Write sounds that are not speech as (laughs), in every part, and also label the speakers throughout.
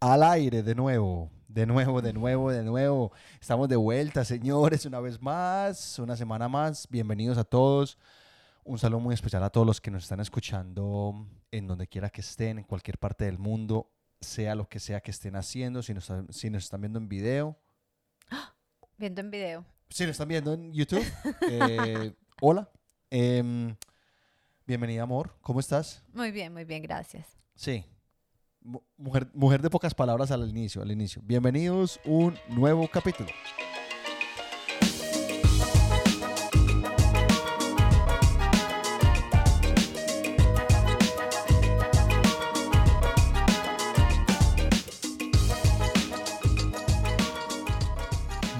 Speaker 1: al aire de nuevo. De nuevo, de nuevo, de nuevo. Estamos de vuelta, señores, una vez más, una semana más. Bienvenidos a todos. Un saludo muy especial a todos los que nos están escuchando en donde quiera que estén, en cualquier parte del mundo, sea lo que sea que estén haciendo, si nos, si nos están viendo en video,
Speaker 2: Viendo en video.
Speaker 1: si nos están viendo en YouTube. eh, hola. Em, bienvenida, amor. ¿Cómo estás?
Speaker 2: Muy bien, muy bien, gracias.
Speaker 1: Sí. Mu- Mujer, mujer de pocas palabras al inicio, al inicio. Bienvenidos un nuevo capítulo.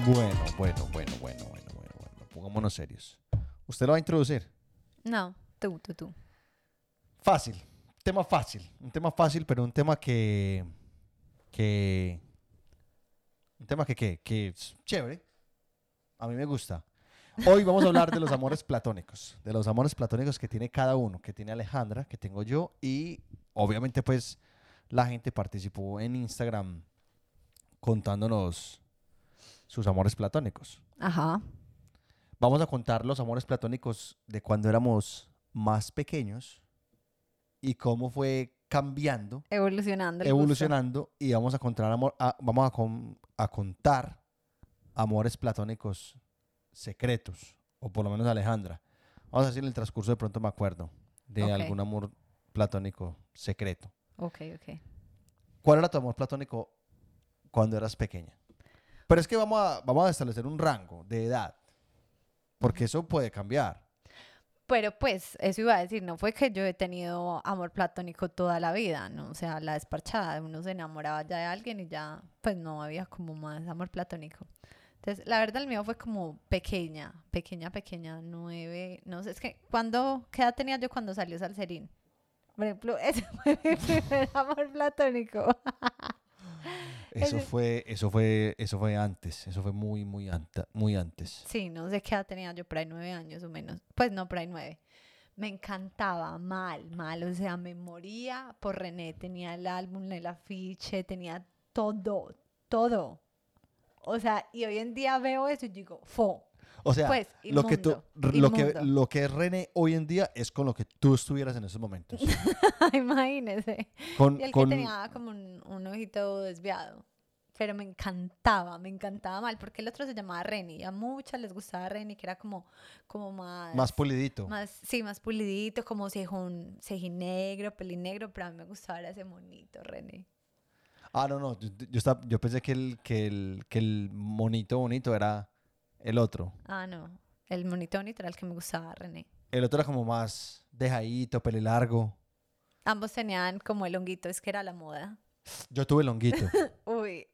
Speaker 1: Bueno, bueno, bueno, bueno, bueno, bueno, bueno. Pongámonos serios. ¿Usted lo va a introducir?
Speaker 2: No, tú, tú, tú.
Speaker 1: Fácil, tema fácil, un tema fácil, pero un tema que, que, un tema que, que, que es chévere, a mí me gusta. Hoy vamos a hablar de los amores platónicos, de los amores platónicos que tiene cada uno, que tiene Alejandra, que tengo yo, y obviamente pues la gente participó en Instagram contándonos sus amores platónicos.
Speaker 2: Ajá.
Speaker 1: Vamos a contar los amores platónicos de cuando éramos más pequeños y cómo fue cambiando,
Speaker 2: Evolucionando. el gusto.
Speaker 1: evolucionando y vamos a contar amor, a- vamos a, con- a contar amores platónicos secretos o por lo menos Alejandra. Vamos a decir en el transcurso de pronto me acuerdo de
Speaker 2: Ok.
Speaker 1: algún amor platónico secreto.
Speaker 2: Ok, ok.
Speaker 1: ¿Cuál era tu amor platónico cuando eras pequeña? Pero es que vamos a, vamos a establecer un rango de edad porque eso puede cambiar.
Speaker 2: Pero pues, eso iba a decir, no fue que yo he tenido amor platónico toda la vida, ¿no? O sea, la desparchada, uno se enamoraba ya de alguien y ya, pues no había como más amor platónico. Entonces, la verdad, el mío fue como pequeña, pequeña, pequeña, nueve, no sé, es que, cuando, ¿qué edad tenía yo cuando salió Salserín? Por ejemplo, (laughs) ese fue mi primer amor platónico.
Speaker 1: Eso
Speaker 2: Ese-
Speaker 1: fue, eso fue, eso fue antes, eso fue muy, muy, anta- muy antes.
Speaker 2: Sí, no sé qué edad tenía yo, por ahí nueve años o menos. Pues no, por ahí nueve. Me encantaba, mal, mal. O sea, me moría por René. Tenía el álbum, el afiche, tenía todo, todo. O sea, y hoy en día veo eso y digo, fo.
Speaker 1: O sea,
Speaker 2: Pues,
Speaker 1: lo, que tú, r-
Speaker 2: inmundo,
Speaker 1: lo, que,
Speaker 2: inmundo.
Speaker 1: lo que es René hoy en día es con lo que tú estuvieras en esos
Speaker 2: (laughs)
Speaker 1: momentos.
Speaker 2: (laughs) Imagínese.
Speaker 1: Con,
Speaker 2: Y el
Speaker 1: con-
Speaker 2: que tenía como un, un ojito desviado. Pero me encantaba, me encantaba mal, porque el otro se llamaba Reni. y A muchas les gustaba Reni, que era como, como más...
Speaker 1: más pulidito.
Speaker 2: Más, sí, más pulidito, como cejón, cejinegro, pelinegro, pero a mí me gustaba era ese monito, René.
Speaker 1: Ah, no, no, yo, yo estaba- yo pensé que el, que, el, que el monito bonito era el otro.
Speaker 2: Ah, no, el monito bonito era el que me gustaba, René.
Speaker 1: El otro era como más dejadito, pele largo.
Speaker 2: Ambos tenían como el honguito, es que era la moda.
Speaker 1: Yo tuve el honguito.
Speaker 2: Uy,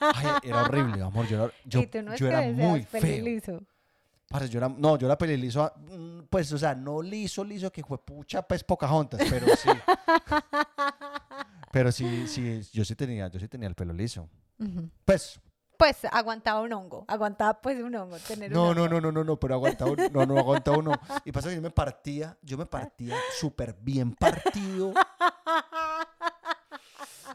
Speaker 1: Ay, era horrible, amor. Yo era, yo,
Speaker 2: (laughs) y tú no es
Speaker 1: yo
Speaker 2: que
Speaker 1: era
Speaker 2: deseas
Speaker 1: muy
Speaker 2: pelo
Speaker 1: feo.
Speaker 2: liso.
Speaker 1: Parce, yo era, no, yo era peliliso, a- mm, pues, o sea, no liso, liso, que fue pucha, pues, Pocahontas, pero sí. pero sí, sí, yo sí tenía, yo sí tenía el pelo liso.
Speaker 2: Ujú.
Speaker 1: Pues,
Speaker 2: Pues aguantaba un hongo, aguantaba pues un hongo, tener
Speaker 1: no,
Speaker 2: un
Speaker 1: no,
Speaker 2: hongo.
Speaker 1: no, no, no, no, pero aguantaba uno, no, no, aguantaba uno. Y pasa que yo me partía, yo me partía súper bien partido.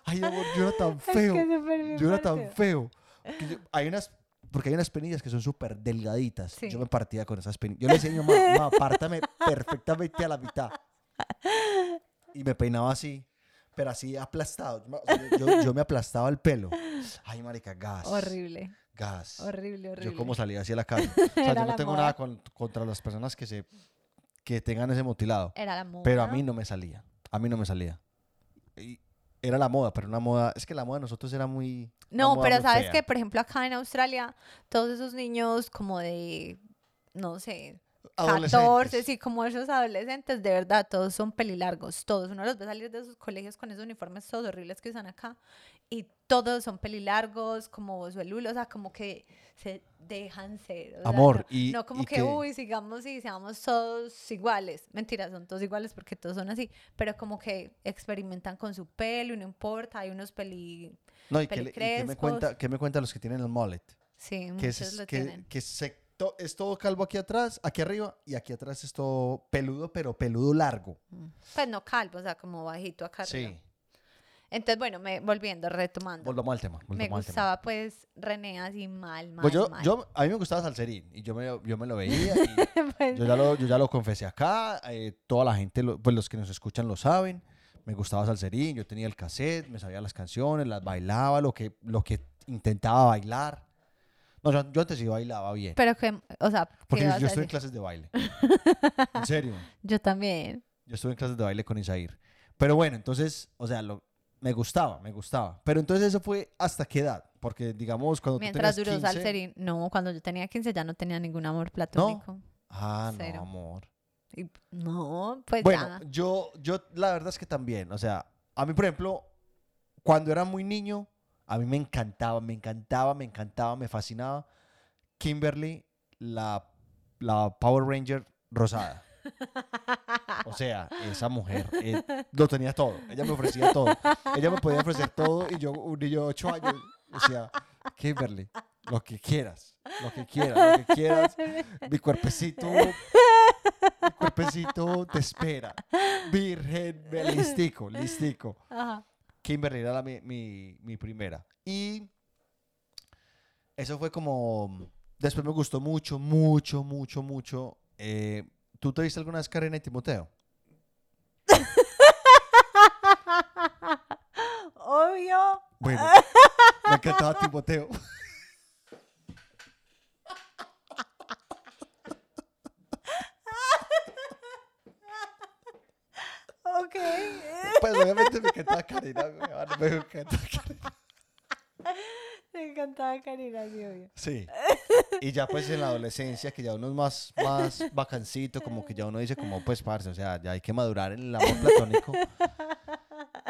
Speaker 1: Ay, amor, yo era tan
Speaker 2: (laughs) Es que
Speaker 1: feo,
Speaker 2: súper bien
Speaker 1: yo era tan
Speaker 2: partido.
Speaker 1: feo. que yo- hay unas, porque hay unas penillas que son súper delgaditas.
Speaker 2: Sí.
Speaker 1: Yo me partía con esas penillas. Yo le decía a mi mamá, "Ma, pártame perfectamente a la mitad. Y me peinaba así, pero así aplastado. Yo, me- o sea, yo- yo- yo me aplastaba el pelo. Ay, marica, gas.
Speaker 2: Horrible,
Speaker 1: Gas.
Speaker 2: horrible, horrible.
Speaker 1: Yo como salía así a la
Speaker 2: (laughs)
Speaker 1: calle. O sea,
Speaker 2: Era
Speaker 1: yo no
Speaker 2: la
Speaker 1: tengo
Speaker 2: moda.
Speaker 1: nada con- contra las personas que se que tengan ese mutilado,
Speaker 2: Era la moda.
Speaker 1: pero a mí no me salía. A mí no me salía. Y era la moda, pero una moda, es que la moda de nosotros era muy una
Speaker 2: No,
Speaker 1: moda
Speaker 2: pero
Speaker 1: muy
Speaker 2: sabes
Speaker 1: fea.
Speaker 2: que, por ejemplo, acá en Australia, todos esos niños como de, no sé, 14,
Speaker 1: Adolescentes.
Speaker 2: sí, como esos adolescentes, de verdad, todos son pelilargos, todos. Uno los ve salir de sus colegios con esos uniformes todos horribles que usan acá y todos son pelilargos, como bozuelulos, o sea, como que se dejan ser. o sea,
Speaker 1: Amor,
Speaker 2: no-
Speaker 1: y-
Speaker 2: No como
Speaker 1: y
Speaker 2: que,
Speaker 1: que-
Speaker 2: uy, sigamos y seamos todos iguales. Mentira, son todos iguales porque todos son así, pero como que experimentan con su pelo y no importa, hay unos peli...
Speaker 1: No, y que, le- y que me
Speaker 2: Pelicrespos.
Speaker 1: cuenta, que me cuentan los que tienen el mullet.
Speaker 2: Sí,
Speaker 1: Que,
Speaker 2: muchos
Speaker 1: es,
Speaker 2: lo
Speaker 1: que,
Speaker 2: tienen.
Speaker 1: que se- to- es todo calvo aquí atrás, aquí arriba, y aquí atrás es todo peludo, pero peludo largo.
Speaker 2: Mm. Pues no calvo, o sea, como bajito acá arriba. Entonces, bueno, me, volviendo, retomando.
Speaker 1: Volvamos al tema.
Speaker 2: me
Speaker 1: volvamos al tema.
Speaker 2: gustaba pues René así mal, mal,
Speaker 1: Pues yo,
Speaker 2: mal.
Speaker 1: yo, a mí me gustaba Salserín y yo me, yo me lo veía. y-
Speaker 2: (laughs) Pues,
Speaker 1: Yo ya lo, yo ya lo confesé acá, eh, toda la gente, lo- pues los que nos escuchan lo saben. Me gustaba Salserín, yo tenía el cassette, me sabía las canciones, las bailaba, lo que, lo que intentaba bailar. No, yo, yo antes sí bailaba bien,
Speaker 2: Pero que, o sea, ¿qué
Speaker 1: porque yo,
Speaker 2: vas
Speaker 1: yo
Speaker 2: a
Speaker 1: estuve en
Speaker 2: decir?
Speaker 1: clases de
Speaker 2: (laughs)
Speaker 1: baile. En serio,
Speaker 2: Yo también.
Speaker 1: yo estuve en clases de baile con Isair. Pero bueno, entonces, o sea, lo, me gustaba, me gustaba. Pero entonces eso fue hasta qué edad, porque digamos cuando
Speaker 2: Mientras
Speaker 1: tú
Speaker 2: duró
Speaker 1: tenías 15,
Speaker 2: Salserín. No, cuando yo tenía 15 ya no tenía ningún amor platónico.
Speaker 1: Ah,
Speaker 2: Cero.
Speaker 1: no, amor.
Speaker 2: Y- no, pues
Speaker 1: Bueno,
Speaker 2: ya.
Speaker 1: yo, yo la verdad es que también, o sea, a mí, por ejemplo, cuando era muy niño, a mí me encantaba, me encantaba, me encantaba, me fascinaba Kimberly, la, la Power Ranger rosada. O sea, esa mujer eh, lo tenía todo. Ella me ofrecía todo. Ella me podía ofrecer todo y yo, un niño de 8 años, decía, Kimberly, lo que quieras, lo que quieras, lo que quieras mi cuerpecito, mi cuerpecito te espera. Virgen, ve- listico, listico.
Speaker 2: Ajá.
Speaker 1: Kimberly era la mi, mi- mi primera. Y eso fue como, después me gustó mucho, mucho, mucho, mucho. eh, ¿Tú te viste alguna vez Karen y Timoteo?
Speaker 2: Obvio.
Speaker 1: Bueno, me encantaba Timoteo. (laughs)
Speaker 2: Ok. (laughs)
Speaker 1: Pues obviamente me encantaba Karen. ah, weón, Me encantaba Karen.
Speaker 2: Me encantaba Karina, sí, obvio.
Speaker 1: Sí. Y ya pues en la adolescencia, que ya uno es más, más bacancito, como que ya uno dice como pues parce, o sea, ya hay que madurar en el amor platónico.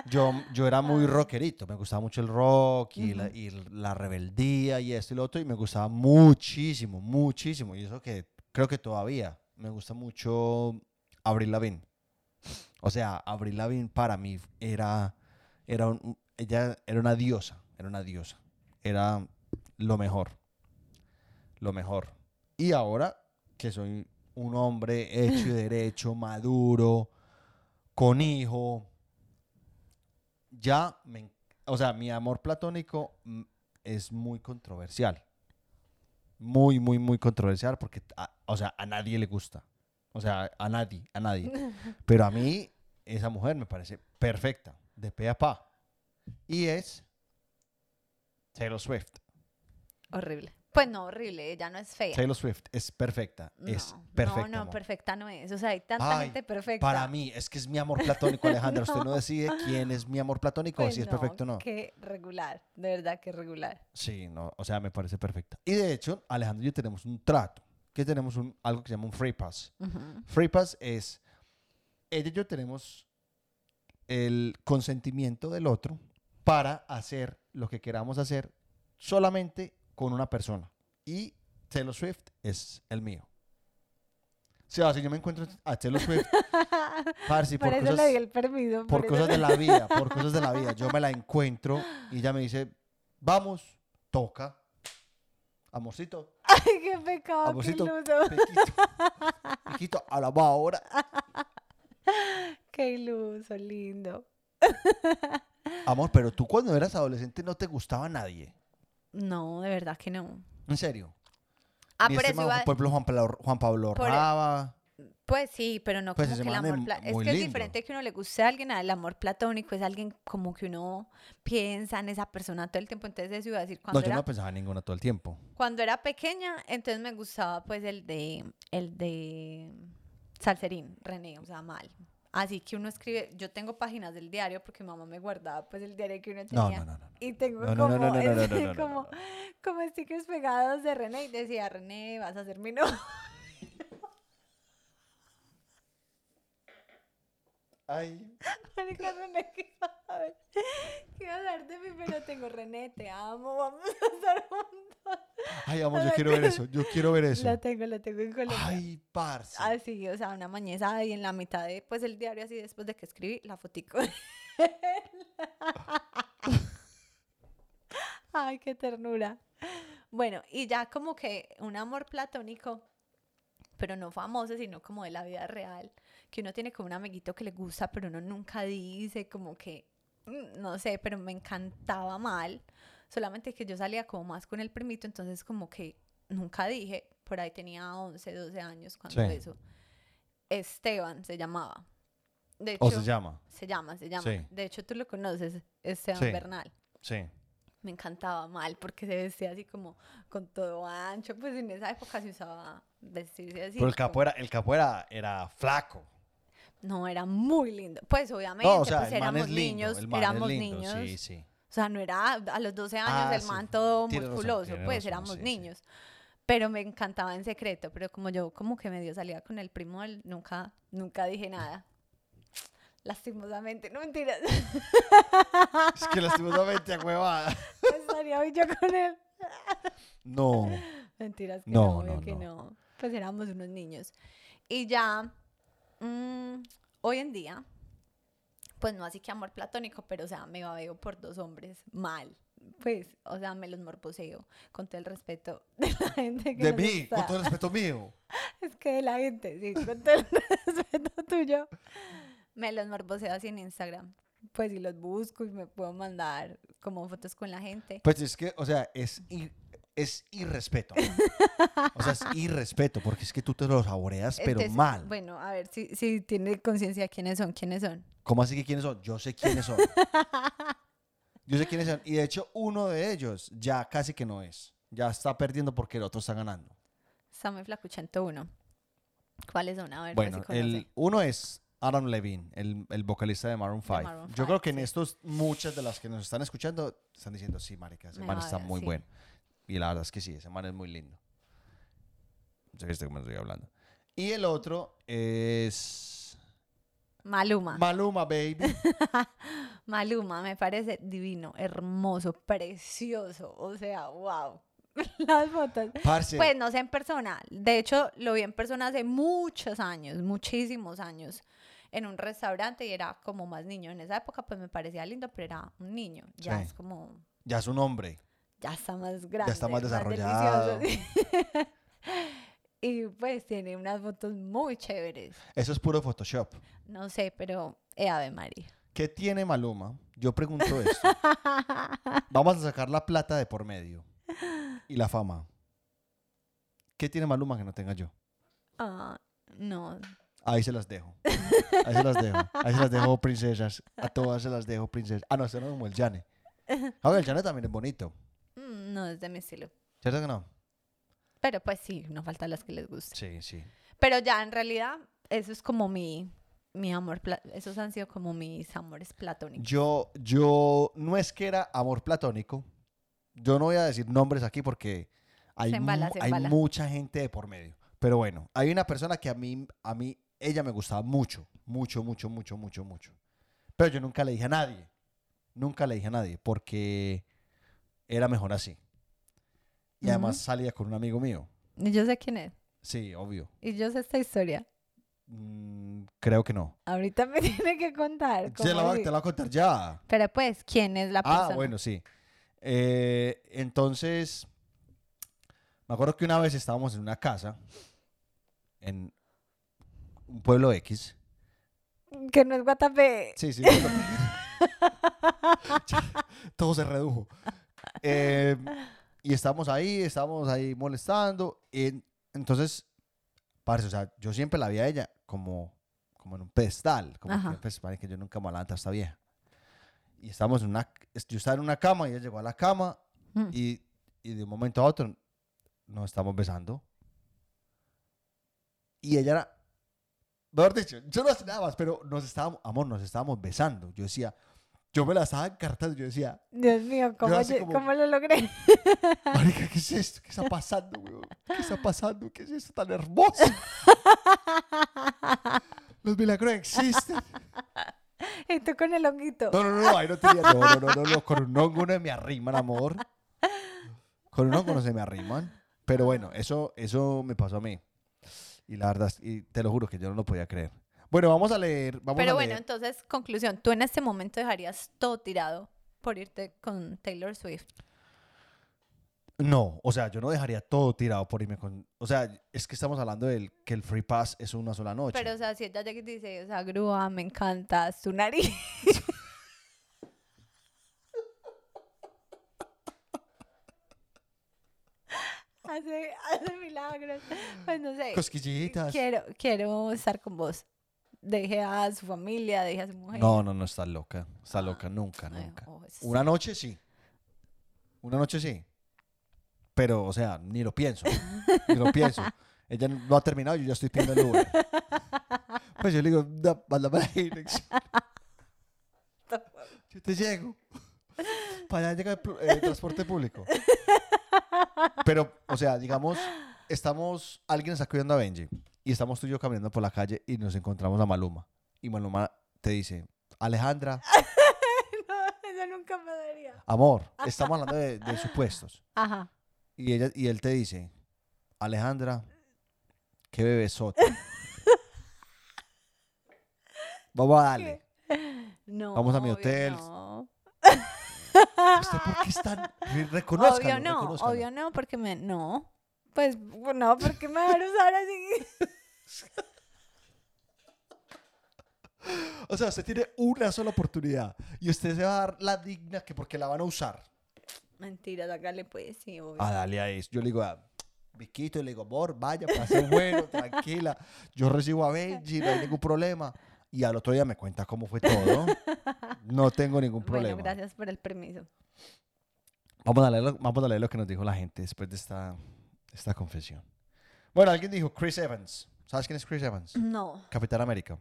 Speaker 1: Yo, yo era muy rockerito, me gustaba mucho el rock y, la, y la rebeldía y esto y lo otro, y me gustaba muchísimo, muchísimo. Y eso que creo que todavía me gusta mucho Avril Lavigne. O sea, Avril Lavigne para mí era, era un- ella era una diosa, era una diosa. Era lo mejor. Lo mejor. Y ahora que soy un hombre hecho y derecho, maduro, con hijo, ya me, en- o sea, mi amor platónico mm, es muy controversial. Muy, muy, muy controversial porque, a- o sea, a nadie le gusta. O sea, a nadie, a nadie. Pero a mí, esa mujer me parece perfecta, de pe a pa. Y es Taylor Swift.
Speaker 2: Horrible. Pues no, horrible, ella no es fea.
Speaker 1: Taylor Swift es perfecta. es
Speaker 2: Eh, No,
Speaker 1: perfecta.
Speaker 2: No, no,
Speaker 1: amor.
Speaker 2: perfecta no es. O sea, hay tanta
Speaker 1: Ay,
Speaker 2: gente perfecta.
Speaker 1: Para mí, es que es mi amor platónico, Alejandra. Usted no decide quién es mi amor platónico,
Speaker 2: Pues
Speaker 1: si es perfecto o no.
Speaker 2: Qué regular, de verdad que regular.
Speaker 1: Sí, no, o sea, me parece perfecta. Y de hecho, Alejandro y yo tenemos un trato, que tenemos un, algo que se llama un free pass.
Speaker 2: (laughs)
Speaker 1: Free pass es, ella y yo tenemos el consentimiento del otro para hacer lo que queramos hacer solamente con una persona. Y Taylor Swift es el mío. O sea, si yo me encuentro a Taylor Swift, parce,
Speaker 2: Por,
Speaker 1: por
Speaker 2: eso
Speaker 1: cosas-
Speaker 2: le di el permiso.
Speaker 1: por
Speaker 2: eso (laughs)
Speaker 1: cosas de la vida, por cosas de la vida. Yo me la encuentro y ella me dice, vamos, toca. Amorcito,
Speaker 2: Ay, qué pecado,
Speaker 1: Amorcito.
Speaker 2: qué iluso.
Speaker 1: pequito, pequito, hablamos ahora.
Speaker 2: Qué iluso, lindo.
Speaker 1: Amor, pero tú cuando eras adolescente no te gustaba a nadie.
Speaker 2: No, de verdad que no.
Speaker 1: En serio.
Speaker 2: Ah,
Speaker 1: Ni
Speaker 2: pero
Speaker 1: este
Speaker 2: eso
Speaker 1: man,
Speaker 2: iba-
Speaker 1: Por ejemplo, Juan Pablo, Juan Pablo
Speaker 2: Por-
Speaker 1: Raba.
Speaker 2: Pues sí, pero no
Speaker 1: Pues
Speaker 2: como
Speaker 1: ese
Speaker 2: que el
Speaker 1: man
Speaker 2: amor
Speaker 1: es
Speaker 2: pla- Es
Speaker 1: muy
Speaker 2: que es
Speaker 1: lindo.
Speaker 2: diferente que uno le guste a alguien, al amor platónico es alguien como que uno piensa en esa persona todo el tiempo. Entonces eso iba a decir cuando
Speaker 1: No, yo
Speaker 2: era
Speaker 1: no pensaba en ninguna todo el tiempo.
Speaker 2: Cuando era pequeña, entonces me gustaba pues el de el de Salserín, René, o sea, mal. Así que uno escribe, yo tengo páginas del diario porque mi mamá me guardaba pues el diario que uno
Speaker 1: No,
Speaker 2: tenía.
Speaker 1: no, no. no, no.
Speaker 2: Y tengo
Speaker 1: No, no,
Speaker 2: como,
Speaker 1: no, no, no, no, no,
Speaker 2: este,
Speaker 1: no, no,
Speaker 2: (laughs) como,
Speaker 1: no.
Speaker 2: como stickers pegados de René y decía, René, vas a ser mi (laughs) novio.
Speaker 1: Ay,
Speaker 2: Marica, René, ¿qué vas a ver? ¿Qué vas a ver de mí? Pero tengo, René, te amo, vamos a estar juntos.
Speaker 1: ay, amor, yo quiero ver eso. Yo quiero ver (laughs) eso.
Speaker 2: (laughs)
Speaker 1: Ah,
Speaker 2: La Ah, tengo, la tengo en Colombia.
Speaker 1: Ay, parce.
Speaker 2: Así, o sea, una mañeza y en la mitad de, pues, el diario así, después de que escribí, la fotico. (laughs) Ay, qué ternura. Bueno, y ya como que un amor platónico, pero no famoso, sino como de la vida real, que uno tiene como un amiguito que le gusta, pero uno nunca dice, como que mm, no sé, pero me encantaba mal. Solamente que yo salía como más con el primito, entonces como que nunca dije, por ahí tenía 11, 12 años cuando
Speaker 1: Sí.
Speaker 2: eso. Esteban se llamaba. De hecho,
Speaker 1: O se llama.
Speaker 2: se llama, se llama.
Speaker 1: Sí.
Speaker 2: De hecho, tú lo conoces, Esteban
Speaker 1: Sí.
Speaker 2: Bernal.
Speaker 1: Sí.
Speaker 2: Me encantaba mal porque se vestía así como con todo ancho. Pues en esa época se usaba vestirse así.
Speaker 1: Pero el
Speaker 2: como-
Speaker 1: capo era, el capo era, era flaco.
Speaker 2: No, era muy lindo. Pues obviamente,
Speaker 1: No, o sea,
Speaker 2: pues
Speaker 1: el man
Speaker 2: éramos
Speaker 1: es lindo.
Speaker 2: niños,
Speaker 1: el man
Speaker 2: éramos
Speaker 1: es lindo,
Speaker 2: niños.
Speaker 1: sí, sí.
Speaker 2: O sea, no era a los 12 años
Speaker 1: Ah,
Speaker 2: el
Speaker 1: sí,
Speaker 2: man todo
Speaker 1: tiene razón,
Speaker 2: musculoso,
Speaker 1: tiene
Speaker 2: pues
Speaker 1: razón,
Speaker 2: éramos
Speaker 1: sí, sí.
Speaker 2: niños. Pero me encantaba en secreto, pero como yo como que medio salía con el primo, del- nunca nunca dije nada. Lastimosamente, no mentiras. (laughs)
Speaker 1: Es que lastimosamente (laughs) a huevada.
Speaker 2: Estaría hoy yo con él. (laughs)
Speaker 1: No.
Speaker 2: Mentiras, que
Speaker 1: No,
Speaker 2: no,
Speaker 1: no,
Speaker 2: obvio que
Speaker 1: no.
Speaker 2: no. Pues éramos unos niños. Y ya, mm, hoy en día, pues no así que amor platónico, pero o sea, me babeo por dos hombres mal. Pues, o sea, me los morboseo, con todo el respeto (laughs) de la gente que
Speaker 1: De
Speaker 2: nos
Speaker 1: mí,
Speaker 2: está-
Speaker 1: con todo el respeto mío.
Speaker 2: Es que de la gente, sí, con todo el (laughs) respeto tuyo. Me los morboseo así en Instagram. Pues y los busco y me puedo mandar como fotos con la gente.
Speaker 1: Pues es que, o sea, es, ir- es irrespeto. O
Speaker 2: (laughs)
Speaker 1: sea, es irrespeto, porque es que tú te lo saboreas, pero
Speaker 2: Entonces,
Speaker 1: mal.
Speaker 2: Bueno, a ver si, si tiene conciencia de quiénes son, quiénes son.
Speaker 1: ¿Cómo así que quiénes son? Yo sé quiénes son. Yo sé quiénes son. Y de hecho, uno de ellos ya casi que no es. Ya está perdiendo porque el otro está ganando.
Speaker 2: Está muy flacuchento uno. ¿Cuáles son? A ver,
Speaker 1: Bueno,
Speaker 2: pues, si
Speaker 1: el uno es Adam Levine, el, el vocalista de Maroon 5.
Speaker 2: Maroon
Speaker 1: Yo
Speaker 2: 5,
Speaker 1: creo que en
Speaker 2: sí.
Speaker 1: estos, muchas de las que nos están escuchando están diciendo, sí, marica, ese
Speaker 2: Me
Speaker 1: man está
Speaker 2: babeo,
Speaker 1: muy
Speaker 2: sí".
Speaker 1: bueno. Y la verdad es que sí, ese man es muy lindo. No sé este que me estoy hablando. Y el otro es
Speaker 2: Maluma.
Speaker 1: Maluma, baby.
Speaker 2: (laughs) Maluma me parece divino, hermoso, precioso. O sea, wow. (laughs) Las fotos.
Speaker 1: Parce,
Speaker 2: Pues no sé en persona. De hecho, lo vi en persona hace muchos años, muchísimos años, en un restaurante y era como más niño. En esa época, pues me parecía lindo, pero era un niño. Ya
Speaker 1: Sí.
Speaker 2: es como
Speaker 1: ya es un hombre.
Speaker 2: ya está más grande.
Speaker 1: está más
Speaker 2: delicioso, (laughs) sí. y pues tiene unas fotos muy chéveres.
Speaker 1: Eso es puro Photoshop.
Speaker 2: No sé, pero eh, Ave María.
Speaker 1: ¿Qué tiene Maluma? Yo pregunto
Speaker 2: (laughs)
Speaker 1: esto. Vamos a sacar la plata de por medio y la fama. ¿Qué tiene Maluma que no tenga yo?
Speaker 2: Ah, no.
Speaker 1: Ahí se las dejo. Ahí se las dejo. Ahí se las dejo, princesas. A todas se las dejo, princesas. Ah, no, eso no es como el Jane. Ahora, el Jane también es bonito.
Speaker 2: mm, No es de mi estilo.
Speaker 1: ¿Cierto que no?
Speaker 2: Pero pues sí, no faltan las que les guste.
Speaker 1: Sí, sí.
Speaker 2: Pero ya en realidad, eso es como mi, mi amor. pla- Esos han sido como mis amores platónicos.
Speaker 1: Yo, yo, no es que era amor platónico. Yo no voy a decir nombres aquí porque hay,
Speaker 2: Se embala,
Speaker 1: mu-
Speaker 2: se
Speaker 1: hay
Speaker 2: embala.
Speaker 1: mucha gente de por medio. Pero bueno, hay una persona que a mí, a mí, ella me gustaba mucho, mucho, mucho, mucho, mucho, mucho. Pero yo nunca le dije a nadie. Nunca le dije a nadie porque era mejor así. Y además
Speaker 2: Ujú.
Speaker 1: salía con un amigo mío.
Speaker 2: Y yo sé quién es.
Speaker 1: Sí, obvio.
Speaker 2: Y yo sé esta historia.
Speaker 1: Mm, creo que no.
Speaker 2: Ahorita me (laughs) tiene que contar.
Speaker 1: Se
Speaker 2: ¿cómo
Speaker 1: la va-
Speaker 2: así?
Speaker 1: te la voy a contar ya.
Speaker 2: Pero pues, ¿quién es la persona?
Speaker 1: Ah, bueno, sí. Eh, entonces, me acuerdo que una vez estábamos en una casa, en un pueblo X.
Speaker 2: Que no es Guatapé.
Speaker 1: Sí, sí. un pueblo- (laughs) Todo se redujo. Eh, y estábamos ahí, estábamos ahí molestando. Y entonces, parce, o sea, yo siempre la vi a ella como, como en un pedestal. Como
Speaker 2: Ajá.
Speaker 1: que, pues, parece que yo nunca me adelanto a esta vieja. Y estábamos en una... Yo estaba en una cama y ella llegó a la cama
Speaker 2: Mm.
Speaker 1: y, y de un momento a otro nos estamos besando. Y ella era, mejor dicho, yo no hacía nada más, pero nos estábamos, amor, nos estábamos besando. Yo decía, yo me la estaba encartando, yo decía,
Speaker 2: Dios mío, ¿cómo,
Speaker 1: así
Speaker 2: lle-
Speaker 1: como-
Speaker 2: ¿cómo lo logré? (laughs)
Speaker 1: marica, ¿qué es esto? ¿Qué está pasando, weón? ¿Qué está pasando? ¿Qué es esto tan hermoso? Los milagros existen.
Speaker 2: y tú con el honguito.
Speaker 1: No, no, no, ahí no tenía, no, no, no, no, no, con un hongo no se me arriman, amor. Con un hongo no se me arriman. Pero bueno, eso, eso me pasó a mí. Y la verdad, es- y te lo juro que yo no lo podía creer. Bueno, vamos a leer, vamos
Speaker 2: Pero
Speaker 1: a
Speaker 2: bueno,
Speaker 1: leer.
Speaker 2: entonces, conclusión, tú en este momento dejarías todo tirado por irte con Taylor Swift.
Speaker 1: No, o sea, yo no dejaría todo tirado por irme con... O sea, es que estamos hablando del que el free pass es una sola noche.
Speaker 2: Pero, o sea, si ella llega y te dice, o sea, grúa, me encanta, tu nariz. (laughs) hace, hace milagros. Pues no sé.
Speaker 1: Cosquillitas.
Speaker 2: Quiero, quiero estar con vos. Deje a su familia, deje a su mujer.
Speaker 1: No, no, no, está loca. Está
Speaker 2: Ah.
Speaker 1: loca, nunca,
Speaker 2: Ay,
Speaker 1: nunca.
Speaker 2: oh, eso
Speaker 1: Una noche sí. Una noche sí. Pero, o sea, ni lo
Speaker 2: (laughs)
Speaker 1: pienso. ni lo pienso. Ella no ha terminado, yo ya estoy pidiendo el Uber. Pues yo le digo, "Da- mándame la dirección. Yo te llego. Para allá llega el pl- eh, transporte público. Pero, o sea, digamos, estamos, alguien está cuidando a Benji y estamos tú y yo caminando por la calle y nos encontramos a Maluma. Y Maluma te dice, Alejandra,
Speaker 2: (laughs) No, eso nunca me daría.
Speaker 1: amor, estamos hablando de, de supuestos.
Speaker 2: Ajá.
Speaker 1: Y, ella, y él te dice, Alejandra, qué
Speaker 2: (laughs)
Speaker 1: bebesote. Vamos a darle.
Speaker 2: No.
Speaker 1: Vamos a mi
Speaker 2: obvio
Speaker 1: hotel.
Speaker 2: No.
Speaker 1: ¿Usted por qué es tan... Reconozca.
Speaker 2: obvio no, obvio no, porque me. No. Pues no, porque me van a usar así. (laughs)
Speaker 1: O sea, usted tiene una sola oportunidad y usted se va a dar la digna que porque la van a usar.
Speaker 2: Mentira, sacarle pues sí, obvio.
Speaker 1: Ah, dale a eso. Yo le digo a Viquito, le digo, amor, vaya, pase
Speaker 2: (laughs)
Speaker 1: bueno, tranquila. Yo recibo a Benji, no hay ningún problema. Y al otro día me cuenta cómo fue
Speaker 2: (laughs)
Speaker 1: todo. No tengo ningún problema.
Speaker 2: Bueno, gracias por el permiso.
Speaker 1: Vamos a, leer lo, vamos a leer lo que nos dijo la gente después de esta, esta confesión. Bueno, alguien dijo Chris Evans. ¿Sabes quién es Chris Evans?
Speaker 2: No.
Speaker 1: Capitán América.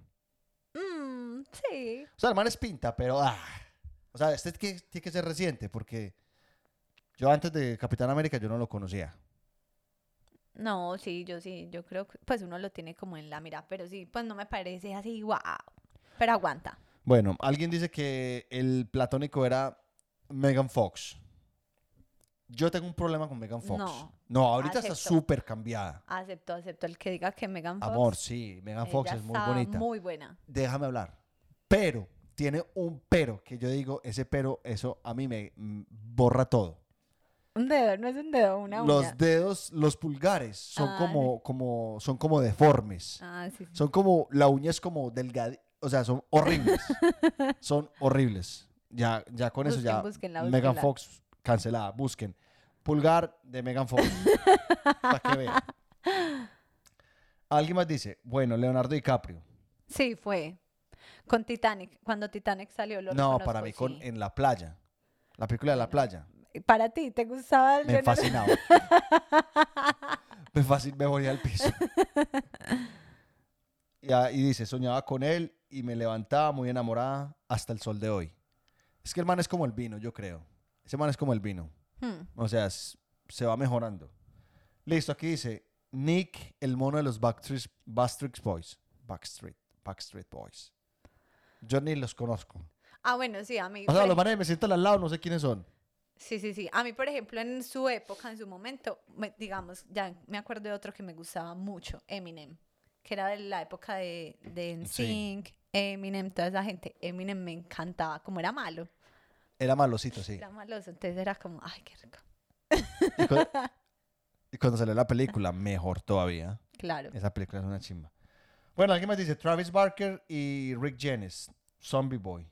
Speaker 2: Mm, sí.
Speaker 1: O sea, el man es pinta, pero. ah. O sea, este que- tiene que ser reciente, porque yo antes de Capitán América yo no lo conocía.
Speaker 2: No, sí, yo sí, yo creo que pues uno lo tiene como en la mira, pero sí, pues no me parece así, wow. Pero aguanta.
Speaker 1: Bueno, alguien dice que el platónico era Megan Fox. Yo tengo un problema con Megan Fox.
Speaker 2: No.
Speaker 1: ahorita está
Speaker 2: Acepto.
Speaker 1: súper cambiada.
Speaker 2: Acepto, acepto el que diga que Megan Fox.
Speaker 1: Amor, sí, Megan Fox
Speaker 2: ella
Speaker 1: es muy
Speaker 2: está
Speaker 1: bonita.
Speaker 2: Muy buena.
Speaker 1: Déjame hablar. Pero, tiene un pero que yo digo, ese pero, eso a mí me mm, borra todo.
Speaker 2: Un dedo, no es un dedo, una uña.
Speaker 1: Los dedos, los pulgares son
Speaker 2: Ah,
Speaker 1: como, como, son como deformes.
Speaker 2: Ah, sí. sí.
Speaker 1: Son como, la uña es como delgada, o sea, son
Speaker 2: (laughs)
Speaker 1: horribles. son horribles. Ya, ya con eso
Speaker 2: Busquen,
Speaker 1: ya.
Speaker 2: búsquenla,
Speaker 1: Megan
Speaker 2: búsquenla.
Speaker 1: Fox cancelada, busquen. Pulgar de Megan
Speaker 2: (laughs)
Speaker 1: Fox. para que vean. Alguien más dice, bueno, Leonardo DiCaprio.
Speaker 2: Sí, fue. Con Titanic, cuando Titanic salió lo
Speaker 1: no,
Speaker 2: reconozco,
Speaker 1: para mí con
Speaker 2: sí.
Speaker 1: en la playa. La película de la
Speaker 2: (laughs)
Speaker 1: playa.
Speaker 2: Para ti, ¿te gustaba el
Speaker 1: Me
Speaker 2: Leonardo? (laughs)
Speaker 1: fascinaba. me fascinaba, me volvía al
Speaker 2: (laughs)
Speaker 1: piso. Y, a- y dice, soñaba con él y me levantaba muy enamorada hasta el sol de hoy. Es que el man es como el vino, yo creo. Ese man es como el vino.
Speaker 2: Hmm.
Speaker 1: O sea, s- se va mejorando. Listo, aquí dice Nick, el mono de los Backstreet, Backstreet Boys. Backstreet, Backstreet Boys. Yo ni los conozco.
Speaker 2: Ah, bueno, sí, a mí.
Speaker 1: O sea,
Speaker 2: por
Speaker 1: los manes me sientan al lado, no sé quiénes son.
Speaker 2: Sí, sí, sí. A mí, por ejemplo, en su época, en su momento, me- digamos, ya me acuerdo de otro que me gustaba mucho, Eminem, que era de la época de, de
Speaker 1: Sí.
Speaker 2: NSYNC, Eminem, toda esa gente. Eminem me encantaba, como era malo,
Speaker 1: Era malocito, sí.
Speaker 2: era maloso, entonces era como, ay, qué rico.
Speaker 1: Y, cu- y cuando salió la película, mejor todavía.
Speaker 2: Claro.
Speaker 1: Esa película es una chimba. Bueno, alguien más dice Travis Barker y Rick James, Zombie Boy.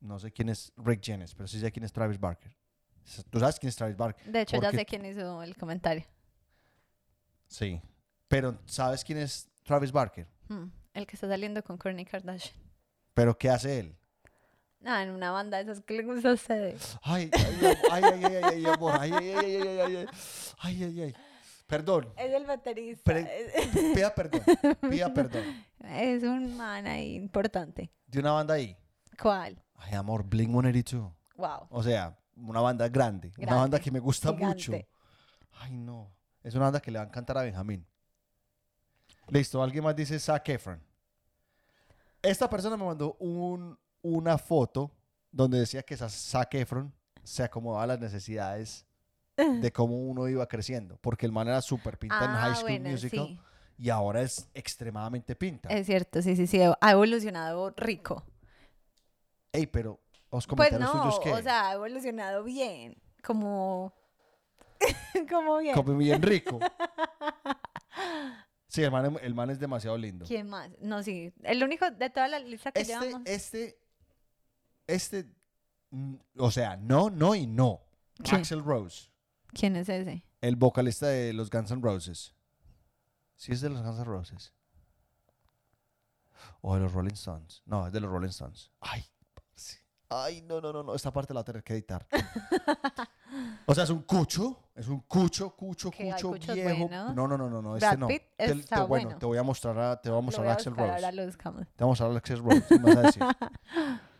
Speaker 1: No sé quién es Rick James, pero sí sé quién es Travis Barker. Tú sabes quién es Travis Barker.
Speaker 2: De hecho, ya
Speaker 1: porque-
Speaker 2: sé quién hizo el comentario.
Speaker 1: Sí. Pero ¿sabes quién es Travis Barker?
Speaker 2: Mm, el que está saliendo con Kourtney Kardashian.
Speaker 1: ¿Pero qué hace él?
Speaker 2: Ah, en una banda de esas que le gusta a ustedes.
Speaker 1: Ay, ay, ay, ay, ay, ay, ay, amor. Ay, ay, ay, ay, ay, ay, ay. Ay, ay, ay. Perdón.
Speaker 2: Es el baterista.
Speaker 1: Pero-
Speaker 2: (laughs) es-
Speaker 1: Pida perdón. Pida perdón.
Speaker 2: es un man ahí importante.
Speaker 1: De una banda ahí.
Speaker 2: ¿Cuál?
Speaker 1: Ay, amor, Blink 182.
Speaker 2: Wow.
Speaker 1: O sea, una banda grande. Una
Speaker 2: Grande,
Speaker 1: banda que me gusta mucho.
Speaker 2: gigante.
Speaker 1: Ay, no. Es una banda que le va a encantar a Benjamín. Listo, alguien más dice Zac Efron. Esta persona me mandó un- una foto donde decía que Sa- Zac Efron se acomodaba a las
Speaker 2: (laughs)
Speaker 1: necesidades de cómo uno iba creciendo. Porque el man era súper pinta en High School Musical
Speaker 2: Ah, sí.
Speaker 1: y ahora es extremadamente pinta.
Speaker 2: Es cierto, sí, sí, sí, ha evolucionado rico.
Speaker 1: Ey, pero los
Speaker 2: Pues
Speaker 1: comentarios
Speaker 2: no,
Speaker 1: suyos que...
Speaker 2: o sea, ha evolucionado bien, como... (laughs) como bien.
Speaker 1: Como bien rico. Sí, el man, es- el man es demasiado lindo.
Speaker 2: ¿Quién más? No, sí, el único de toda la lista que
Speaker 1: Este,
Speaker 2: llevamos.
Speaker 1: este, este, mm, o sea, no, no y no.
Speaker 2: ¿Quién?
Speaker 1: Axel Rose.
Speaker 2: ¿Quién es ese?
Speaker 1: El vocalista de los Guns N' Roses. Sí es de los Guns N' Roses. O de los Rolling Stones. No, es de los Rolling Stones. Ay, parce. Ay, no, no, no, no. Esta parte la voy a tener que editar. o sea, es un cucho. Es un cucho, cucho,
Speaker 2: Que hay
Speaker 1: cucho
Speaker 2: cuchos
Speaker 1: viejo.
Speaker 2: buenos.
Speaker 1: No, no, no, no, no. Este
Speaker 2: Brad
Speaker 1: no.
Speaker 2: Pitt
Speaker 1: Te- te-
Speaker 2: está
Speaker 1: bueno,
Speaker 2: bueno.
Speaker 1: te voy a mostrar a, te voy a mostrar a Axel Rose.
Speaker 2: Ahora lo buscamos.
Speaker 1: Te vamos a hablar de Alexis Rhodes, ¿qué me vas a decir?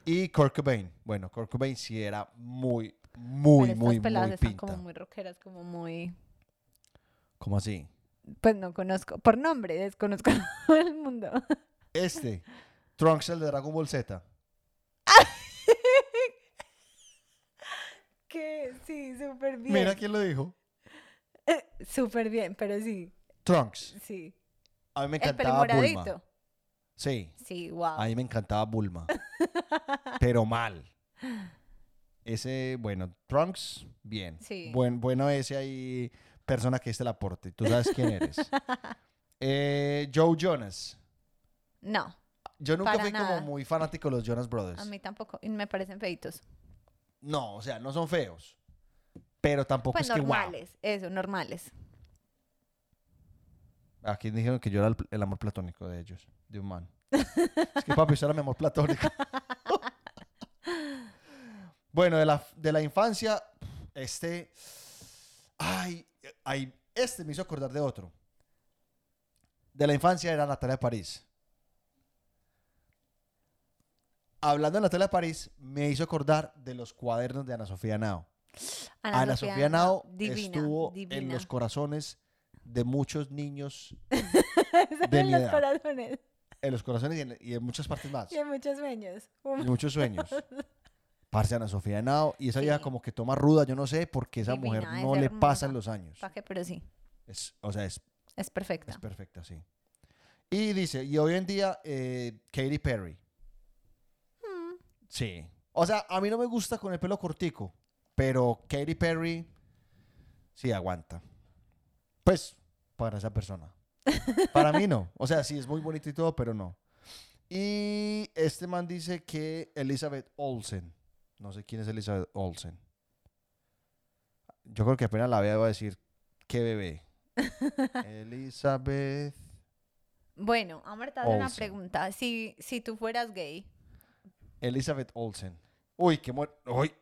Speaker 1: y Kurt Cobain. Bueno, Kurt Cobain sí era muy, muy,
Speaker 2: Pero
Speaker 1: muy,
Speaker 2: estas peladas
Speaker 1: muy
Speaker 2: están
Speaker 1: pinta.
Speaker 2: como muy rockeras, como muy...
Speaker 1: ¿Cómo así?
Speaker 2: Pues no conozco, por nombre, desconozco (laughs) a todo el mundo. (laughs)
Speaker 1: Este, Trunks, el de Dragon Ball Z.
Speaker 2: que sí, súper bien.
Speaker 1: Mira
Speaker 2: (laughs)
Speaker 1: quién lo dijo.
Speaker 2: Eh, súper bien, pero sí,
Speaker 1: Trunks.
Speaker 2: sí.
Speaker 1: A mí me
Speaker 2: El pelo
Speaker 1: encantaba Bulma.
Speaker 2: moradito.
Speaker 1: Sí,
Speaker 2: Sí, wow.
Speaker 1: a mí me encantaba
Speaker 2: (laughs)
Speaker 1: Bulma. Pero mal. Ese, bueno, Trunks, bien.
Speaker 2: Sí.
Speaker 1: Buen, bueno ese ahí, persona que este el aporte. Tú sabes quién
Speaker 2: (laughs)
Speaker 1: eres. Eh, Joe Jonas.
Speaker 2: No,
Speaker 1: Yo nunca
Speaker 2: Para
Speaker 1: fui
Speaker 2: nada.
Speaker 1: como muy fanático de los Jonas Brothers.
Speaker 2: a mí tampoco. Y me parecen feitos.
Speaker 1: No, o sea, no son feos. Pero tampoco
Speaker 2: Pues
Speaker 1: es que guau.
Speaker 2: normales, eso, normales.
Speaker 1: Aquí dijeron que yo era el, pl- el amor platónico de ellos, de un man. es que papi, usted era mi amor platónico. (laughs) bueno, de la, de la infancia, este. Ay, ay, este me hizo acordar de otro. De la infancia era Natalia París. Hablando de Natalia París, me hizo acordar de los cuadernos de Ana Sofía Nao. Ana, Sofía, Nao
Speaker 2: divina,
Speaker 1: estuvo en
Speaker 2: divina. (laughs)
Speaker 1: los corazones de muchos niños,
Speaker 2: Solo en
Speaker 1: mi
Speaker 2: los
Speaker 1: edad.
Speaker 2: corazones
Speaker 1: en los corazones y en, y en muchas partes más,
Speaker 2: y en muchos sueños.
Speaker 1: y muchos sueños.
Speaker 2: (laughs)
Speaker 1: Parce Ana Sofía Nao, y esa vieja
Speaker 2: Sí.
Speaker 1: como que toma ruda, yo no sé, porque esa mujer
Speaker 2: Divina, es
Speaker 1: no le pasan
Speaker 2: hermosa.
Speaker 1: los años.
Speaker 2: ¿Para qué? Pero sí,
Speaker 1: Es- o sea, es,
Speaker 2: es perfecta.
Speaker 1: es perfecta, sí. Y dice, y hoy en día, eh, Katy Perry.
Speaker 2: Mm,
Speaker 1: Sí. O sea, a mí no me gusta con el pelo cortico, pero Katy Perry sí aguanta. Pues, para esa persona. Para mí no. O sea, sí es muy bonito y todo, pero no. Y este man dice que Elizabeth Olsen. No sé quién es Elizabeth Olsen. Yo creo que apenas la vea va a decir, qué bebé. Elizabeth.
Speaker 2: Bueno, ahora te hago una
Speaker 1: Olsen.
Speaker 2: pregunta. Si, si tú fueras gay,
Speaker 1: Elizabeth Olsen. Uy, qué muer... Uy,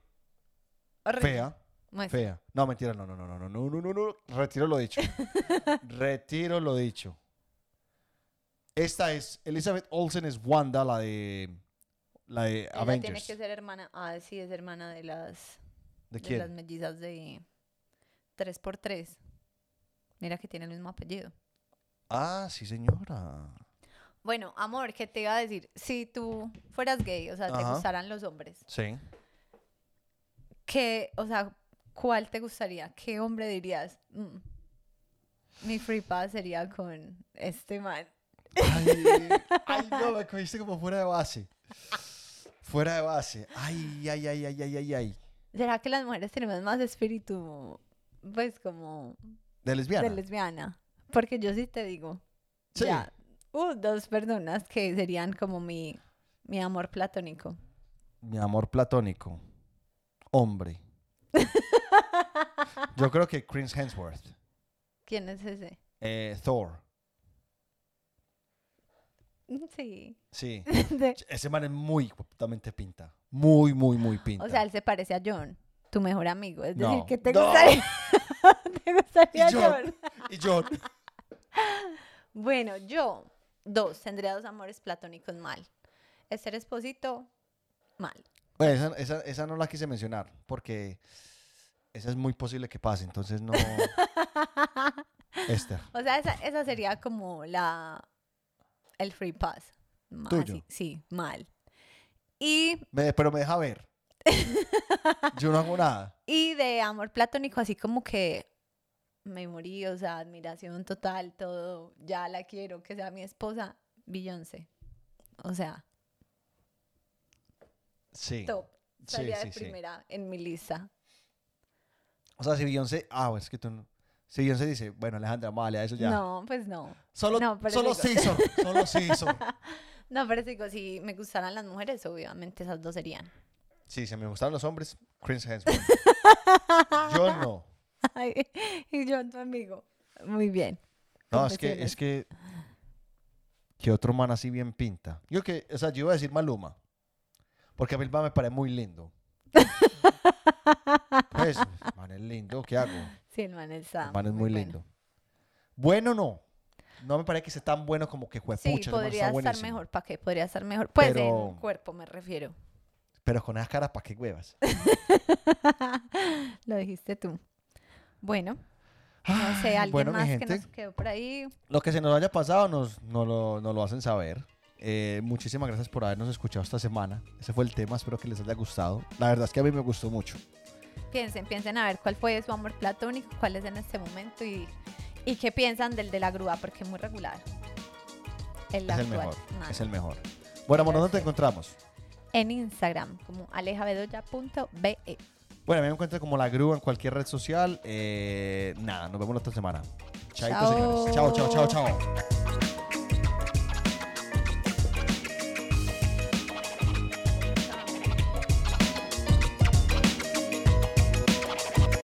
Speaker 2: horrible,
Speaker 1: fea.
Speaker 2: muestra.
Speaker 1: Fea. No, mentira, no, no, no, no, no, no, no, no, no. Retiro lo
Speaker 2: (laughs)
Speaker 1: dicho. Retiro lo dicho. Esta es Elizabeth Olsen es Wanda, la de la de
Speaker 2: Ella tiene
Speaker 1: Avengers.
Speaker 2: que ser hermana. Ah, sí, es hermana de las,
Speaker 1: ¿De
Speaker 2: de las
Speaker 1: quién?
Speaker 2: mellizas de 3x3. Mira que tiene el mismo apellido.
Speaker 1: Ah, sí, señora.
Speaker 2: Bueno, amor, ¿qué te iba a decir? Si tú fueras gay, o sea, te
Speaker 1: Ajá.
Speaker 2: gustaran los hombres,
Speaker 1: Sí.
Speaker 2: ¿qué, o sea, cuál te gustaría? ¿Qué hombre dirías? "Mm, mi free pass sería con este man.
Speaker 1: Ay,
Speaker 2: (laughs)
Speaker 1: ay, no, me cogiste como fuera de base. Fuera de base. Ay, ay, ay, ay, ay, ay, ay.
Speaker 2: ¿Será que las mujeres tenemos más espíritu, pues, como
Speaker 1: De lesbiana.
Speaker 2: de lesbiana? Porque yo sí te digo,
Speaker 1: sí.
Speaker 2: ya, uh, dos personas que serían como mi, mi amor platónico.
Speaker 1: Mi amor platónico.
Speaker 2: (laughs)
Speaker 1: Hombre. Yo creo que Chris Hemsworth.
Speaker 2: ¿Quién es ese?
Speaker 1: Eh, Thor. Mm.
Speaker 2: Sí. (laughs)
Speaker 1: Sí.
Speaker 2: De-
Speaker 1: Ese man es muy completamente pinta. Muy, muy, muy pinta.
Speaker 2: O sea, él se parece a John, tu mejor amigo. Es decir,
Speaker 1: No.
Speaker 2: que te
Speaker 1: No.
Speaker 2: gustaría, (laughs) te gustaría
Speaker 1: Y yo.
Speaker 2: John.
Speaker 1: y yo.
Speaker 2: Bueno, yo, dos, tendría dos amores platónicos mal. Esther Esposito, mal. (laughs)
Speaker 1: Bueno, pues, esa, esa- esa no la quise mencionar porque esa es muy posible que pase. Entonces
Speaker 2: (laughs)
Speaker 1: no. Esther.
Speaker 2: O sea, esa, esa sería como la, el free pass. Ma-
Speaker 1: Tuyo.
Speaker 2: así, sí, mal. Y,
Speaker 1: Me- pero me deja ver. Yo no hago nada.
Speaker 2: y de amor platónico, así como que me morí, o sea, admiración total, todo, ya la quiero, que sea mi esposa, Beyoncé. O sea,
Speaker 1: Sí.
Speaker 2: top.
Speaker 1: Sí,
Speaker 2: Estaría de
Speaker 1: sí, sí.
Speaker 2: primera en mi lista.
Speaker 1: O sea, si Beyoncé. Ah, es que tú no. Si Beyoncé dice, bueno, Alejandra, vale, a eso ya.
Speaker 2: No, pues no.
Speaker 1: Solo,
Speaker 2: no, pero
Speaker 1: solo
Speaker 2: digo-
Speaker 1: Scissor.
Speaker 2: (laughs)
Speaker 1: Solo Scissor.
Speaker 2: No, pero digo, si me gustaran las mujeres, obviamente esas dos serían. (laughs)
Speaker 1: Sí, si me gustaron los hombres, Chris Hemsworth. Yo no.
Speaker 2: Ay, nadie. Y yo, tu amigo. Muy bien.
Speaker 1: No, es que,
Speaker 2: Confesiones.
Speaker 1: es que. Que otro man así bien pinta. Yo que, o sea, yo iba a decir Maluma. Porque a Maluma me parece muy lindo. Pues, el man es lindo, ¿qué hago?
Speaker 2: Sí, el man está.
Speaker 1: El man es muy
Speaker 2: Ah, bueno.
Speaker 1: lindo. Bueno, no. No me parece que sea tan bueno como que juepucha.
Speaker 2: Sí,
Speaker 1: ese man
Speaker 2: podría
Speaker 1: está
Speaker 2: estar
Speaker 1: buenísimo.
Speaker 2: mejor. ¿Para qué? Podría estar mejor. Pues
Speaker 1: Pero-
Speaker 2: en cuerpo me refiero. (laughs)
Speaker 1: Pero con esas caras, ¿para qué huevas?
Speaker 2: Lo dijiste tú. Bueno, no sé, alguien
Speaker 1: bueno, mi
Speaker 2: más que
Speaker 1: gente.
Speaker 2: nos quedó por ahí.
Speaker 1: Lo que se nos haya pasado nos, nos, lo, nos lo hacen saber. Eh, muchísimas gracias por habernos escuchado esta semana. Ese fue el tema, espero que les haya gustado. La verdad es que a mí me gustó mucho.
Speaker 2: Piensen, piensen a ver cuál fue su amor platónico, cuál es en este momento y, y qué piensan del de la grúa, porque es muy regular. El
Speaker 1: es el
Speaker 2: actual,
Speaker 1: mejor.
Speaker 2: nada.
Speaker 1: Es el mejor. Bueno, amor, ¿dónde te encontramos?
Speaker 2: En Instagram, como alejabedoya.be.
Speaker 1: Bueno, a mí me encuentran como la grúa en cualquier red social. Eh, nada, nos vemos la otra semana. Chaito,
Speaker 2: Chao.
Speaker 1: señores. Chao, chao, chao, chao.